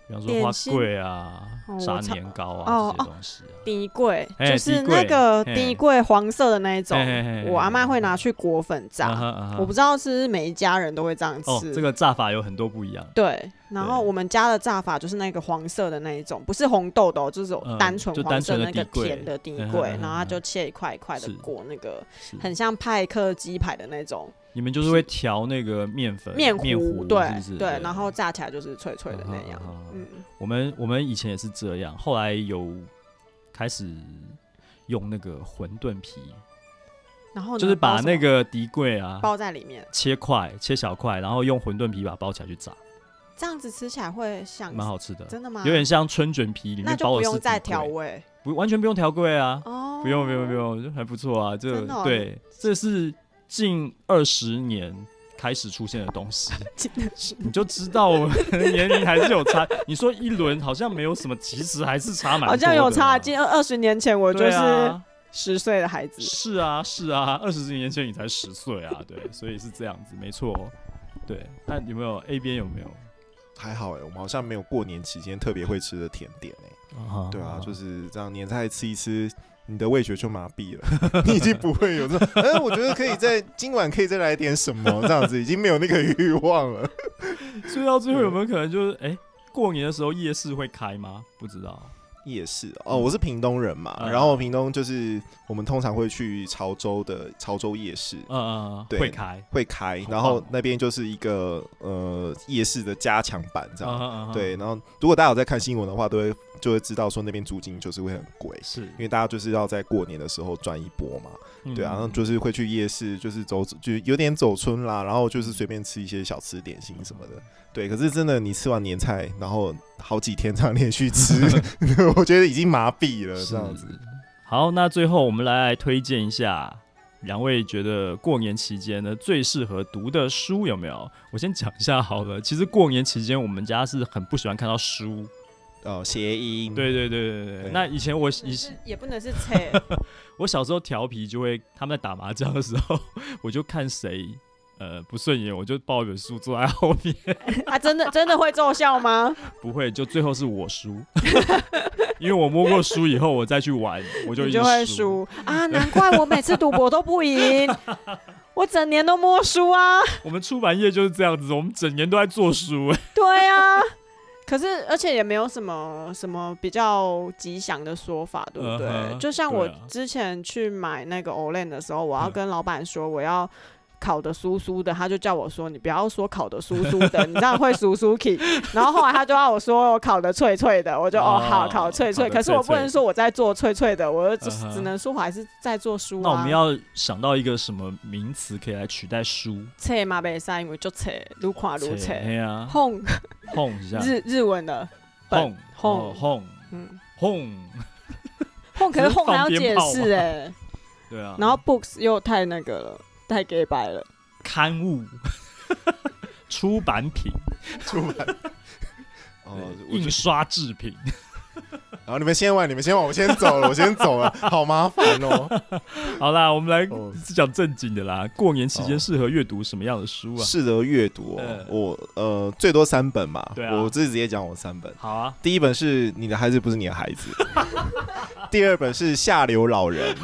比方说
点
花
心
桂啊
哦、我
炸
超
年糕啊
哦
这些东西啊。
低柜
哎
就是
低柜
那个
嘿
低柜黄色的那一种
嘿嘿嘿嘿，
我阿妈会拿去裹粉
啊哈
炸，
啊哈
我不知道是不是每一家人都会这样
哦
吃，。
这个炸法有很多不一样。
对，然后
对
我们家的炸法就是那个黄色的那一种，不是红豆的、哦，就是有
嗯
单纯
就单
黄色
纯的
那个
地柜
甜的底
嗯
柜，
嗯
然后它
嗯
就切一块一块的
是
裹那个，
是
很像派克鸡排的那种
你们就是会调那个面粉、
面
糊，面
对
是不是
对，然后炸起来就是脆脆的那样，
嗯嗯嗯
嗯，
我们我们以前也是这样，后来有开始用那个馄饨皮，
然后呢
就是
嗯包
把
什
那
么
个底柜啊
包在里面，
切块、切小块，然后用馄饨皮把它包起来去炸，
这样子吃起来会像
蛮好吃的，
真的吗？
有点像春卷皮里
那
面
就
包
不
的是
用再
底
调
柜
味
不完全不用调柜啊，
哦，
不用不用不，用，就还不错啊，这
真的哦
对，这是近二十年开始出现的东 西，你就知道我们的年龄还是有差。你说一轮好像没有什么，其实还是差蛮多的嘛
好像有差。近二二十年前我就
对
是
啊
十岁的孩子，
是啊，是啊，二十年前你才十岁啊，对，所以是这样子，没错。哦对，那有没有 A 边有没有？
还好哎、我们好像没有过年期间特别会吃的甜点哎、
啊
对啊，就是这样年菜吃一吃，你的味觉就麻痹了， 你已经不会有这种，哎、我觉得可以在今晚可以再来点什么，这样子已经没有那个欲望了。
所以到最后有没有可能就是，哎、过年的时候夜市会开吗？不知道。
夜市哦，我是屏东人嘛，
嗯
然后屏东就是我们通常会去潮州的潮州夜市。
嗯嗯，嗯
对
会开。
会开，
好
然后
棒哦
那边就是一个呃夜市的加强版这样，
嗯，嗯
对，，然后如果大家有在看新闻的话，都会就会知道说那边租金就是会很贵，
是，因
因为大家就是要在过年的时候赚一波嘛，
嗯
对啊，然后就是会去夜市，就是走就有点走村啦，然后就是随便吃一些小吃点心什么的，对。可是真的，你吃完年菜，然后好几天这样连续 吃，我觉得已经麻痹了这样子。
是。好，那最后我们来推荐一下，两位觉得过年期间呢最适合读的书有没有？我先讲一下好了。其实过年期间我们家是很不喜欢看到书，
哦，谐音，
对对对对对。
对
那以前我以
也不能是菜，
我小时候调皮就会，他们在打麻将的时候，我就看谁呃不顺眼，我就抱一本书坐在后面，
啊，真的真的会奏效吗？
不会就最后是我输，因为我摸过书以后，我再去玩，我就
你
已
就
经
会
输。
输啊！难怪我每次赌博都不赢， 我整年都摸输啊。
我们出版业就是这样子，我们整年都在做书、哎
对啊， 可是而且也没有什么什么比较吉祥的说法，对不对？
嗯哼
就像我
对啊
之前去买那个 Olen 的时候，我要
嗯
跟老板说我要。烤的酥酥的，他就叫我说你不要说烤的酥酥 的，你这样会酥酥 k 然后后来他就要我说我烤的脆脆的，我就哦
哦
好烤脆脆。
烤得
可是我
脆脆
不能说我在做脆脆的，我就
嗯哼
只能说我还是在做酥啊。
那我们要想到一个什么名词可以来取代书？
切嘛袂使，因为就切，愈看愈切。
嘿啊，
哄
哄一下，
日日文的，本
哄
哄
哦哄
嗯，
哄，
哄可是哄还要解
只
释
是
哎、
对啊，
然后 books 又太那个了，太 gay 白了。
刊 物。出版品、
出 版。哦，
对
我觉
印
得
刷制品，
然后你们先玩，你们先玩，我先走了，我先走了， 好麻烦 哦。
好啦，我们来
哦
讲正经的啦。过年期间
哦
适合阅读什么样的书啊？
适得阅读哦
嗯，
我呃最多三本嘛，
对啊
我这直接讲我三本。
好啊，
第一本是你的孩子不是你的孩子， 第二本是下流老人，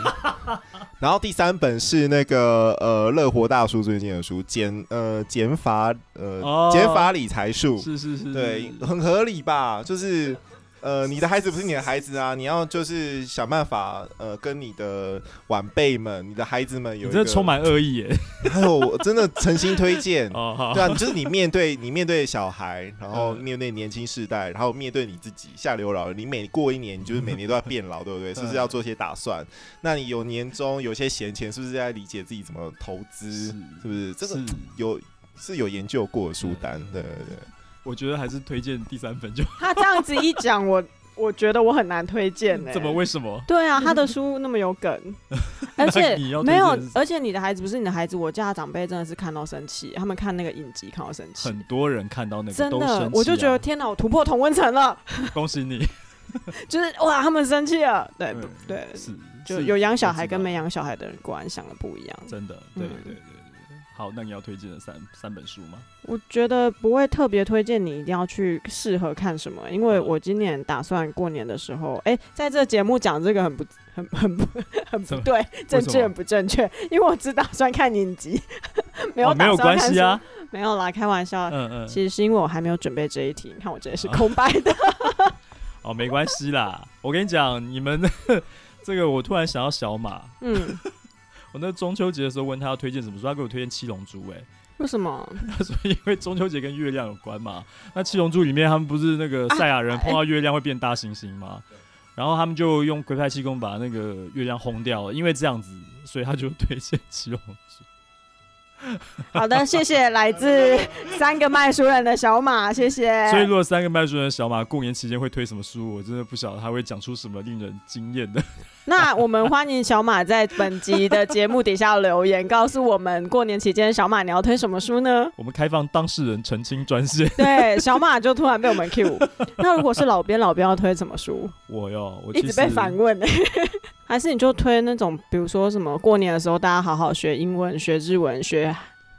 然后第三本是那个呃乐活大叔最近的书减呃减法
哦
呃减法理财术，
是是是，
对
是，
很合理吧？就是呃你的孩子不是你的孩子啊，你要就是想办法呃跟你的晚辈们、你的孩子们有
你
一
这
个
充，满恶意耶！。
哎呦，我真的诚心推荐
哦，好
对，啊，就是你面对你面对小孩，然后
嗯
面对年轻世代，然后面对你自己下流老人，你每过一年，你就是每年都要变老，对不对？是不是
嗯
要做些打算？那你有年终，有些闲钱，是不是在理解自己怎么投资？是不是这个
是
有是有研究过的书单？对对对，
我觉得还是推荐第三本就
他这样子一讲，我我觉得我很难推荐呢、
怎么？为什么？
对啊，他的书那么有 梗，而且
你要推
没有
荐是，
而且你的孩子不是你的孩子，我家的长辈真的是看到生气，他们看那个影集看到生气，
很多人看到那个
真
都
的
生，气
我就
啊
觉得天哪，我突破同温层了，
恭喜你，
就是哇，他们生气了，对不对
对，嗯是
就是有养小孩
我知道
跟没养小孩的人果然想的不一样。
真的，对对
嗯
对对对。好，那你要推荐的三三本书吗？
我觉得不会特别推荐你一定要去适合看什么，因为
嗯
我今年打算过年的时候，哎、在这节目讲这个很不很很不 很
怎
不
么
对，正
为什么
确很不正确，因为我只打算看影集， 没有、
哦没有关系啊，，
没有啦，开玩笑。
嗯嗯，
其实是因为我还没有准备这一题，你看我这也是空白 的。
哦，没关系啦。我跟你讲，你们 这个，我突然想到小马，
嗯，
我那中秋节的时候问他要推荐什么书，他给我推荐《七龙珠》哎，
为什么？
他说 因为中秋节跟月亮有关嘛，那《七龙珠》里面他们不是那
啊
个赛亚人
哎
碰到月亮会变大猩猩吗？然后他们就用龟派气功把那个月亮轰掉了，因为这样子，所以他就推荐《七龙珠》。
好的，谢谢来自三个卖书人的小马，谢谢。
所以，如果三个卖书人的小马过年期间会推什么书，我真的不晓得他会讲出什么令人惊艳的。
那我们欢迎小马在本集的节目底下留言，告诉我们过年期间小马你要推什么书 呢？
我们开放当事人澄清专线。
对，小马就突然被我们 Q。那如果是老编，老编要推什么书？
我哟，我其
一直
实
被反问、欸， 还是你就推那种，比如说什么过年的时候大家好好学英文、学日文、学……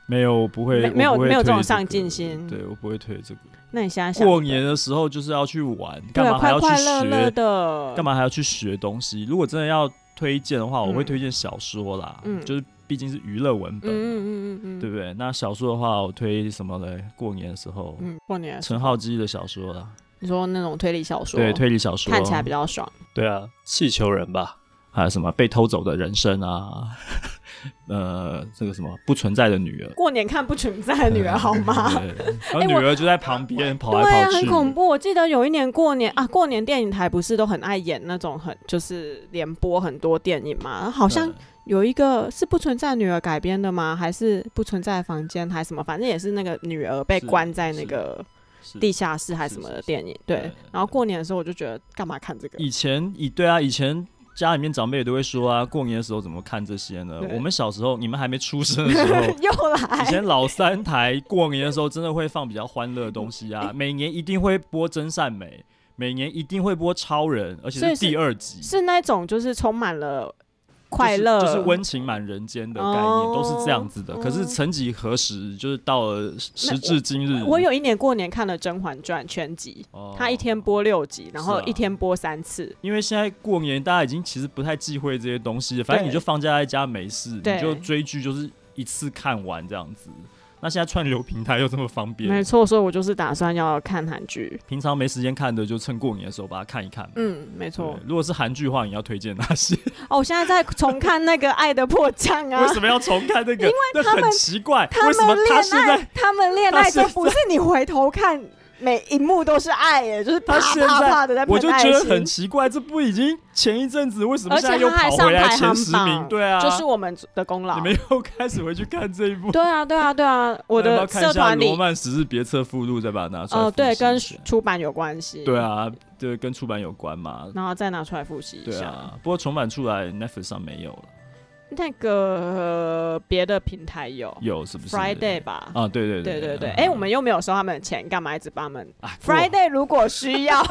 没有，我不会，
没
我
没有
不会
没有这
推
种
个
上进心
对我不会推这个。
那你现在想
过年的时候就是要去玩，干
对
嘛还
快
要去
快乐乐
学？
的，
干嘛还要去学东西？如果真的要推荐的话，我会
嗯
推荐小说啦，
嗯
就是毕竟是娱乐文
嗯？
本，
嗯嗯嗯嗯
对
嗯，
不对？那小说的话，我推什么嘞？过年的时候，
嗯，过年的时候
陈浩基的小说啦，
你说那种推理小说，
对，推理小说，
看起来比较爽。
对啊，气球人吧，
还有什么被偷走的人生啊， 呃，这个什么不存在的女儿，
过年看不存在的女 儿好吗？
对，然后
哎
女
我
儿就在旁边跑来
对啊，
跑去，
很恐怖。我记得有一年过年啊，过年电影台不是都很爱演那种很就是连播很多电影嘛？然后好像
对
有一个是不存在女儿改编的吗？还是不存在的房间还是什么？反正也是那个女儿被
是
关在那
是
个
是
地下室还是什么的电影。对
对，
然后过年的时候我就觉得干嘛看这个？
以前以对啊，以前家里面长辈也都会说啊，过年的时候怎么看这些呢
对？
我们小时候，你们还没出生的时
。
候
又
以
来，
前老三台过年的时候，真的会放比较欢乐的东西
哎
啊，每年一定会播《真善美》，每年一定会播《超人》，而且
所以
是
是
第二集，
是那种就是充满了
就是
快乐，
就是温情满人间的概念，
哦
都是这样子的。可是
嗯
曾几何时，就是到了时
那
时至今日，
我有一年过年看了《甄嬛传》全集，
哦
它一天播六集，然后
是啊
一天播三次。
因为现在过年大家已经其实不太忌讳这些东西了，反正
对
你就放假在家没事，
对
你就追剧就是一次看完这样子。那现在串流平台又这么方
没
便，
错，所以我就是打算要看韩剧。
平常没时间看的就趁过年的时候把它看一看。
嗯，没
对
错。
如果是韩剧的话，你要推荐哪些？
哦，我现在在重看那个《爱的迫降》
为
啊
什。么要重看那个？因为
他们
很奇怪，
他
为什么
们
他
恋
现在
爱，他们恋爱
他现
就
在
不是你回头看每一幕都是爱耶，就是啪
他现
啪
在
啪的在
我就
喷爱
觉
心。
得很奇怪，这不已经前一阵子为什么
而
现在
且
又
他还
跑
上
回来
排
前
行
十名？
榜，
对啊，
就是我们的功劳
你。们又开始回去看这一部。
对啊，对啊，对啊，我
那要
的
不要看
社
一下
团
罗
里，
曼十日别册附录》，再把它拿出来。
呃，对，跟
对
出版有关系。
对，啊，对，跟出版有关嘛。
然后再拿出来复习一
对
下。
啊，不过重版出来 Netflix 上没有了，
那个别的平台有
有是不是
Friday 吧？
啊，对对
对对
对
对，哎、我们又没有收他们的钱，干嘛一直帮他们
啊过
？Friday 如果需要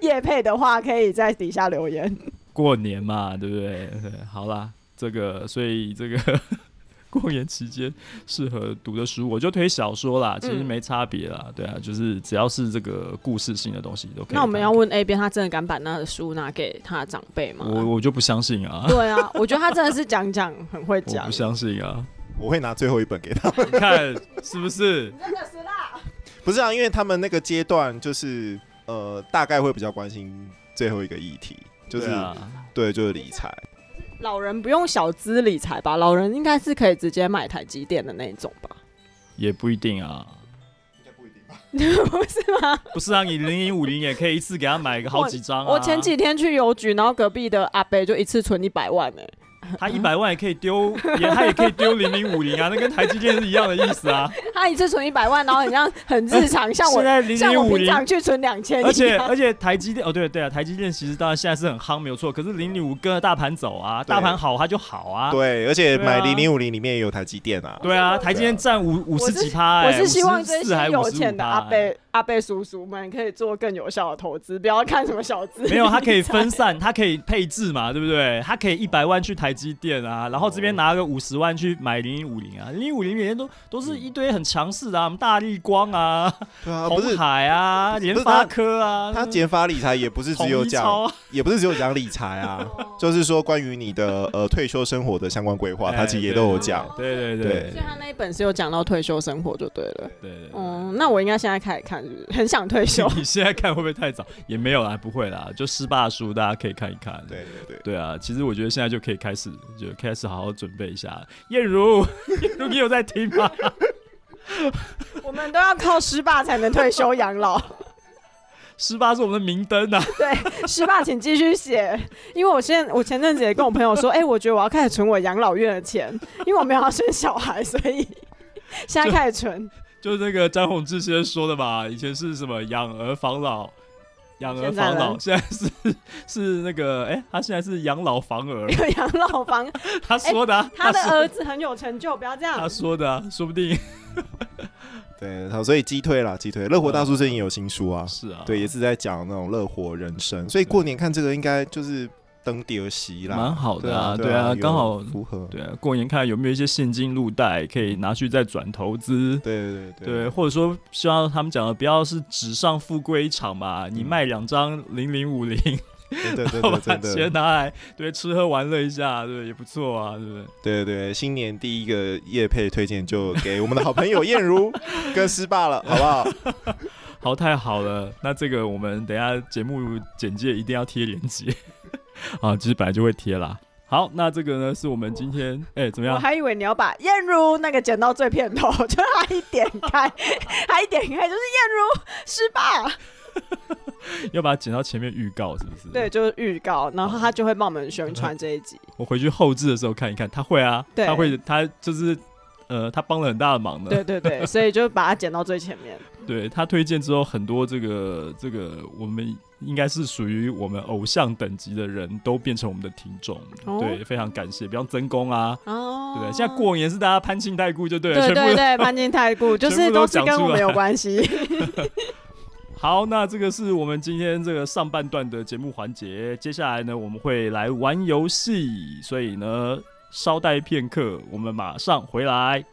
夜配的话，可以在底下留言。
过年嘛，对不对？对好啦，这个所以这个 过年期间适合读的书，我就推小说啦，其实
嗯
没差别啦，对啊，就是只要是这个故事性的东西都可以看。
那我们要问 A 边，他真的敢把那的书拿给他的长辈吗？
我我就不相信 啊，
对啊，我觉得他真的是讲讲很会
我
讲
不。相信 啊，
我会拿最后一本给他。
你看是不是？
不是啊，因为他们那个阶段就是呃，大概会比较关心最后一个议题，就是
对啊，
对，就是理财。
老人不用小资理财吧？老人应该是可以直接买台积电的那一种吧？
也不一定啊。
不是吗？
不是啊，你零零五零也可以一次给他买个好几张、啊
我前几天去邮局，然后隔壁的阿伯就一次存一百万 呢、
他一百万也可以丢，也他也可以丢零零五零啊，那跟台积电是一样的意思啊。
他一次存一百万，然后很像很日常， 像我
现在零
像
零
我
五
平
零，
常去存两 千，啊
而且而且台积电哦，对对啊，台积电其实当然现在是很夯，没有错。可是零零五跟着大盘走啊，大盘好它就好啊。
对，而且买
对
零
啊
零五零里面也有台积电啊。
对啊，台积电占五五十几趴、欸，
我是希望这
54还
些
是
有钱的
55%
阿贝阿贝叔叔们可以做更有效的投资，不要看什么小资。
没有，它可以分散，它可以配置嘛，对不对？它可以一百万去台积电啊，
哦
然后这边拿个五十万去买零零五零啊，零零五零每天都都是一堆很强势的、啊，我们大力光啊、
对啊，不
红
是
海啊、联
不是
发
他
科啊，
他
对不对
减法理财也不是只有
统一超
讲，
啊
也不是只有讲理财啊， 就是说关于你的呃退休生活的相关规划，
哎
他其实也都有讲。
对对
对
对
所以他那一本是有讲到退休生活就对了。
对对。。
嗯，那我应该现在开始看，是不是？很想退休
你现在看会不会太早？也没有啦，不会啦，就失霸书大家可以看一看。
对对对，
对啊，其实我觉得现在就可以开始，就开始好好准备一下。燕如， 燕如，你有在听吗？
我们都要靠失霸才能退休养老。
失霸是我们的明灯啊！
对，失霸请继续写，因为我现在我前阵子也跟我朋友说，哎、我觉得我要开始存我养老院的钱，因为我没有要生小孩，所以 现在开始存，
就是那个詹宏志先生说的嘛，以前是什么养儿防老，养儿
现在
防
呢
老，现在是是那个，哎、他现在是养老防 儿，
有养老房，
他说的、啊
他的
说
儿子很有成就，不要这样
他。说的、啊，说不定
对，好，所以击退啦，击退。乐活大叔最近有新书啊，
是啊，
对，也是在讲那种乐活人生，所以过年看这个应该就是登第二席啦，
蛮好的啊
啊，对
对啊
有
刚好
符合，
对啊，过年看有没有一些现金入袋可以拿去再转投资。
对对对
对，或者说希望他们讲的不要是纸上富贵一场嘛，你
嗯
卖两张零零五零，
对对 对
然后
对，
把
真的
钱拿来，对，吃喝玩乐一下，对，也不错啊，对不对？
对对对，新年第一个夜配推荐就给我们的好朋友燕如 跟师爸了，好不好？
好，太好了，那这个我们等一下节目简介一定要贴链接 啊，其实本来就会贴啦。好，那这个呢是我们今天哎、怎么
我
样？
还以为你要把燕如那个剪到最片头，就他一点开，他一点开就是燕如失败，
要把它剪到前面预告是不是？
对，，就是预告，然后他就会帮我们宣传这一集。
我回去后置的时候看一看，他会啊，
对
他会，他就是呃，他帮了很大的忙呢。
对对对，所以就把它剪到最前面。
对他推荐之后，很多这个这个我们应该是属于我们偶像等级的人都变成我们的听众，
哦
对，非常感谢，比方曾公啊，
哦
对不对？现在过年是大家攀亲带故就对了，
对
全部
对对，潘金太固就
全
是
部都
都是
讲
跟
出
我们有
来
关系。
好，那这个是我们今天这个上半段的节目环节。接下来呢，我们会来玩游戏，所以呢，稍待片刻，我们马上回来。